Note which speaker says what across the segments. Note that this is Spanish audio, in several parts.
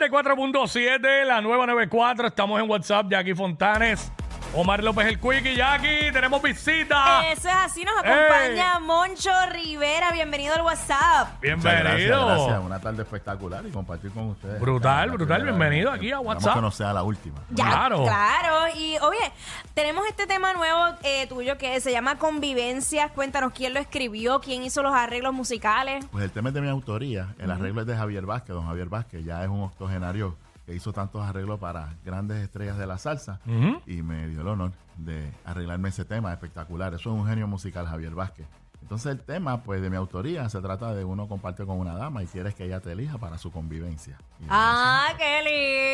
Speaker 1: 4.7, la nueva 94. Estamos en WhatsApp, Jackie Fontanes, Omar López el Quick y Jackie. Tenemos visita.
Speaker 2: Eso es así, nos acompaña Moncho Rivera. Bienvenido al WhatsApp.
Speaker 3: Muchas
Speaker 1: Bienvenido.
Speaker 3: Gracias, gracias. Una tarde espectacular y compartir con ustedes.
Speaker 1: Brutal,
Speaker 3: Esta-
Speaker 1: brutal.
Speaker 3: esta-
Speaker 1: Bienvenido aquí a
Speaker 3: Esperamos
Speaker 1: WhatsApp.
Speaker 3: que no sea la última.
Speaker 2: Ya,
Speaker 1: Claro.
Speaker 2: Claro. Y oye, tenemos este tema nuevo eh, tuyo que se llama Convivencias. Cuéntanos quién lo escribió, quién hizo los arreglos musicales.
Speaker 3: Pues el tema es de mi autoría. El arreglo es de Javier Vázquez. Don Javier Vázquez ya es un octogenario que hizo tantos arreglos para grandes estrellas de la salsa y me dio el honor de arreglarme ese tema espectacular. Eso es un genio musical, Javier Vázquez. Entonces el tema, pues de mi autoría, se trata de uno comparte con una dama y quieres que ella te elija para su convivencia. Y
Speaker 2: Ah, qué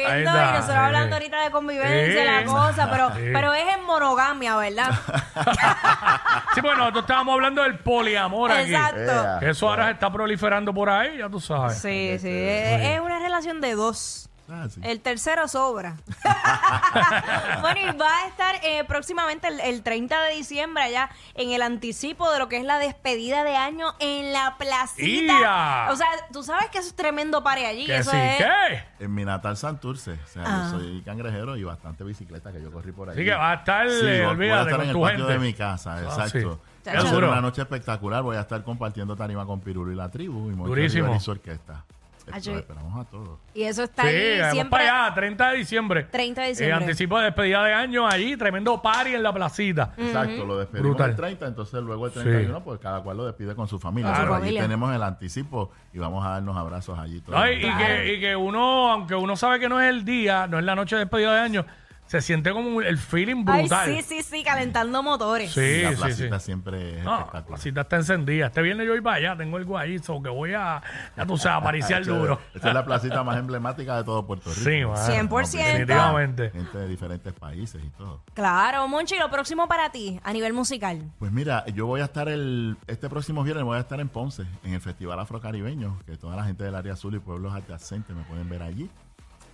Speaker 1: Ahí
Speaker 2: lindo.
Speaker 1: está,
Speaker 2: Y nosotros
Speaker 1: sí.
Speaker 2: hablando ahorita de convivencia,
Speaker 1: Sí.
Speaker 2: la cosa, pero,
Speaker 1: Sí.
Speaker 2: pero es en monogamia, ¿verdad?
Speaker 1: Sí, bueno, nosotros estábamos hablando del poliamor aquí.
Speaker 2: Exacto.
Speaker 3: Ea.
Speaker 1: Que Eso ahora se está proliferando por ahí, ya tú sabes.
Speaker 2: Sí, sí. Es es una relación de dos.
Speaker 3: Ah, sí.
Speaker 2: El tercero sobra. bueno, y va a estar eh, próximamente el, el 30 de diciembre allá en el anticipo de lo que es la despedida de año en la placita.
Speaker 1: ¡Ia!
Speaker 2: O sea, tú sabes que eso es tremendo pare allí.
Speaker 1: Que
Speaker 2: eso
Speaker 1: sí,
Speaker 2: es-
Speaker 1: que.
Speaker 3: En mi natal Santurce. O sea, yo soy cangrejero y bastante bicicleta que yo corrí por ahí.
Speaker 1: Así que va a estar,
Speaker 3: Sí,
Speaker 1: eh,
Speaker 3: voy- voy a
Speaker 1: olvídate,
Speaker 3: estar
Speaker 1: con
Speaker 3: en el
Speaker 1: tu
Speaker 3: patio
Speaker 1: gente. Ah,
Speaker 3: de mi casa, exacto.
Speaker 1: sí.
Speaker 3: Va a
Speaker 1: Qué
Speaker 3: ser
Speaker 1: duro.
Speaker 3: una noche espectacular. Voy a estar compartiendo tarima con Pirulo y la tribu. Y Moncho
Speaker 1: Durísimo.
Speaker 3: Rivera Y su orquesta. Esto,
Speaker 2: Ah, yo-
Speaker 3: esperamos a todos.
Speaker 2: Y eso está
Speaker 1: Sí,
Speaker 2: allí
Speaker 1: vamos
Speaker 2: siempre.
Speaker 1: para allá, 30 de diciembre.
Speaker 2: 30 de diciembre.
Speaker 1: Eh, anticipo de despedida de año ahí, tremendo party en la placita.
Speaker 3: Exacto, lo despedimos
Speaker 1: Brutal.
Speaker 3: el 30, entonces luego el
Speaker 1: Sí.
Speaker 3: 31, pues cada cual lo despide con su familia.
Speaker 1: Claro.
Speaker 3: Pero allí
Speaker 2: Familia.
Speaker 3: tenemos el anticipo y vamos a darnos abrazos allí. todos.
Speaker 1: No, y, y que, y que uno, aunque uno sabe que no es el día, no es la noche de despedida de año, se siente como el feeling
Speaker 2: Ay,
Speaker 1: brutal.
Speaker 2: sí, sí, sí, calentando motores.
Speaker 1: Sí,
Speaker 3: la
Speaker 1: sí,
Speaker 3: placita
Speaker 1: sí.
Speaker 3: siempre es
Speaker 1: No, la
Speaker 3: espectacular.
Speaker 1: cita está encendida. Este viernes yo voy para allá, tengo el guayizo que voy a, ya tú sabes, apariciar
Speaker 3: Chévere.
Speaker 1: duro.
Speaker 3: Esta es la placita más emblemática de todo Puerto Rico.
Speaker 1: Sí, mano.
Speaker 2: 100%.
Speaker 1: Definitivamente.
Speaker 3: Gente de diferentes países y todo.
Speaker 2: Claro, Monchi, lo próximo para ti a nivel musical.
Speaker 3: Pues mira, yo voy a estar el este próximo viernes voy a estar en Ponce en el Festival Afrocaribeño, que toda la gente del área azul y pueblos adyacentes me pueden ver allí.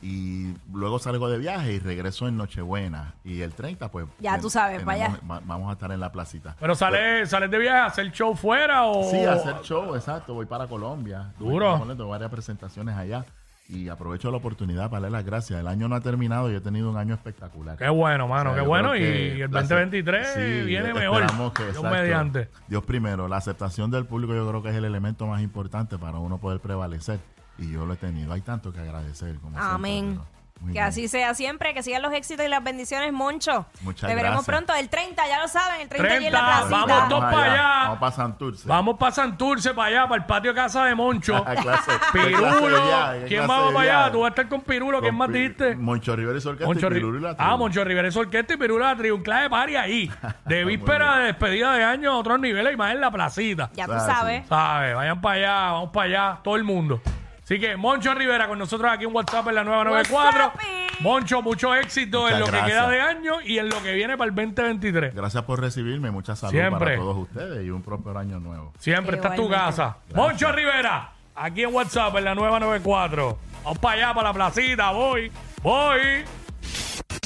Speaker 3: Y luego salgo de viaje y regreso en Nochebuena y el 30 pues
Speaker 2: Ya tú sabes,
Speaker 3: tenemos-
Speaker 2: vaya.
Speaker 3: va- vamos a estar en la placita.
Speaker 1: Pero sales sales de viaje a hacer show fuera o.
Speaker 3: Sí, hacer show, exacto. Voy para Colombia.
Speaker 1: Duro.
Speaker 3: Voy para Colombia, Tengo varias presentaciones allá. Y aprovecho la oportunidad para darle las gracias. El año no ha terminado y he tenido un año espectacular.
Speaker 1: Qué bueno, mano,
Speaker 3: O sea,
Speaker 1: qué
Speaker 3: yo
Speaker 1: bueno.
Speaker 3: creo
Speaker 1: Y
Speaker 3: que
Speaker 1: el
Speaker 3: la acep-
Speaker 1: 2023
Speaker 3: sí,
Speaker 1: viene mejor.
Speaker 3: esperamos que,
Speaker 1: Dios
Speaker 3: exacto,
Speaker 1: mediante.
Speaker 3: Dios primero, la aceptación del público yo creo que es el elemento más importante para uno poder prevalecer. Y yo lo he tenido. Hay tanto que agradecer. Como siempre,
Speaker 2: Amén.
Speaker 3: pero muy
Speaker 2: Que
Speaker 3: bien.
Speaker 2: así sea siempre, que sigan los éxitos y las bendiciones, Moncho.
Speaker 3: Muchas
Speaker 2: Te veremos
Speaker 3: gracias.
Speaker 2: pronto el 30, ya lo saben, el 30, allí en
Speaker 1: 30,
Speaker 2: la placita.
Speaker 1: Ah, vamos todos para allá.
Speaker 3: Vamos para Santurce.
Speaker 1: Vamos para Santurce, para allá, para el patio de casa de Moncho.
Speaker 3: A clase- qué clase de
Speaker 1: Pirulo.
Speaker 3: viaje, qué
Speaker 1: ¿Quién
Speaker 3: clase
Speaker 1: más va
Speaker 3: de
Speaker 1: para allá?
Speaker 3: viaje.
Speaker 1: Tú vas a estar con Pirulo. ¿Quién
Speaker 3: Con
Speaker 1: más
Speaker 3: Pi-
Speaker 1: dijiste?
Speaker 3: Moncho Rivera y su orquesta
Speaker 1: Moncho
Speaker 3: y
Speaker 1: Ri-
Speaker 3: Pirulo y la
Speaker 1: Ah,
Speaker 3: tribu.
Speaker 1: Moncho Rivera es orquesta y Pirula la tribu, clave de pari ahí. De víspera de despedida de año a otros niveles y más en la placita.
Speaker 2: Ya tú
Speaker 3: Ah, sí.
Speaker 2: sabes.
Speaker 1: ¿Sabes? Vayan para allá, vamos para allá, todo el mundo. Así que Moncho Rivera con nosotros aquí en WhatsApp en la 994.
Speaker 2: WhatsApp.
Speaker 1: Moncho, mucho éxito
Speaker 3: Muchas
Speaker 1: en lo que
Speaker 3: gracias.
Speaker 1: queda de año y en lo que viene para el 2023.
Speaker 3: Gracias por recibirme. Mucha salud
Speaker 1: Siempre.
Speaker 3: para todos ustedes y un próspero año nuevo.
Speaker 1: Siempre está en tu
Speaker 2: Igualmente.
Speaker 1: casa. Moncho Rivera, aquí en WhatsApp en la 994. Vamos para allá, para la placita, voy, voy.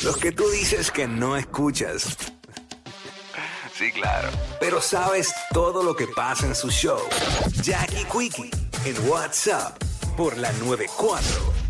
Speaker 4: Los que tú dices que no escuchas. Sí, claro. Pero sabes todo lo que pasa en su show. Jackie Quickie en WhatsApp por la 94.